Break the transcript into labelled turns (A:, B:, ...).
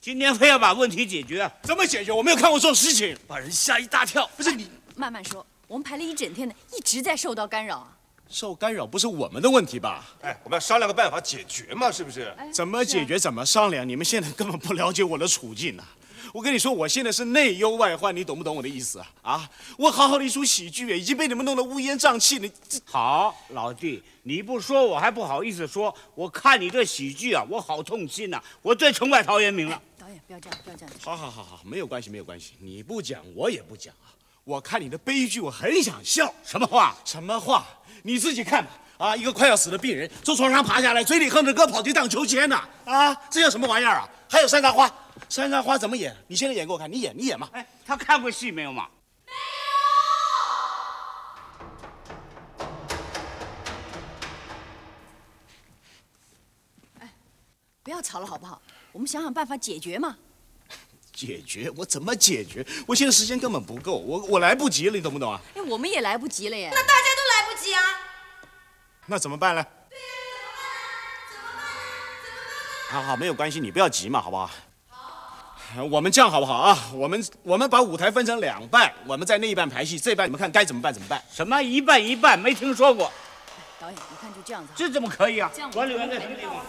A: 今天非要把问题解决啊！
B: 怎么解决？我没有看过这种事情，
C: 把人吓一大跳。
B: 不是你
D: 慢慢说，我们排了一整天的，一直在受到干扰啊。
B: 受干扰，不是我们的问题吧？
E: 哎，我们要商量个办法解决嘛，是不是？
D: 哎
B: 怎么解
D: 啊
B: 决？怎么商量？你们现在根本不了解我的处境呐、我跟你说，我现在是内忧外患，你懂不懂我的意思啊？啊，我好好的一出喜剧，已经被你们弄得乌烟瘴气，你这
A: 好，老弟，你不说我还不好意思说。我看你这喜剧啊，我好痛心呐、我最崇拜陶渊明了。
D: 导演，不要这样，不要这样。
B: 好好好好，没有关系，没有关系，你不讲我也不讲啊。我看你的悲剧，我很想笑。
A: 什么话？
B: 什么话？你自己看吧。啊，一个快要死的病人从床上爬下来，嘴里哼着歌跑去荡秋千呢、啊。这叫什么玩意儿啊？还有山楂花，山楂花怎么演？你现在演给我看，你演，你演嘛。
A: 哎，他看过戏没有嘛？
D: 不要吵了好不好？我们想想办法解决嘛。
B: 解决我怎么解决？我现在时间根本不够，我我来不及了，你懂不懂啊？
D: 哎，我们也来不及了耶。
F: 那大家都来不及啊！
B: 那怎么办呢？好好，没有关系，你不要急嘛，好不好？好，我们这样好不好啊？我们我们把舞台分成两半，我们在那一半排戏，这一半你们看该怎么办怎么办？
A: 什么一半一半？没听说过，
D: 导演，你看就这样子好了。
A: 这怎么可以啊
D: 这样？我
A: 管理员
D: 们
A: 在什
D: 没
A: 么地
D: 办
A: 方
D: 法？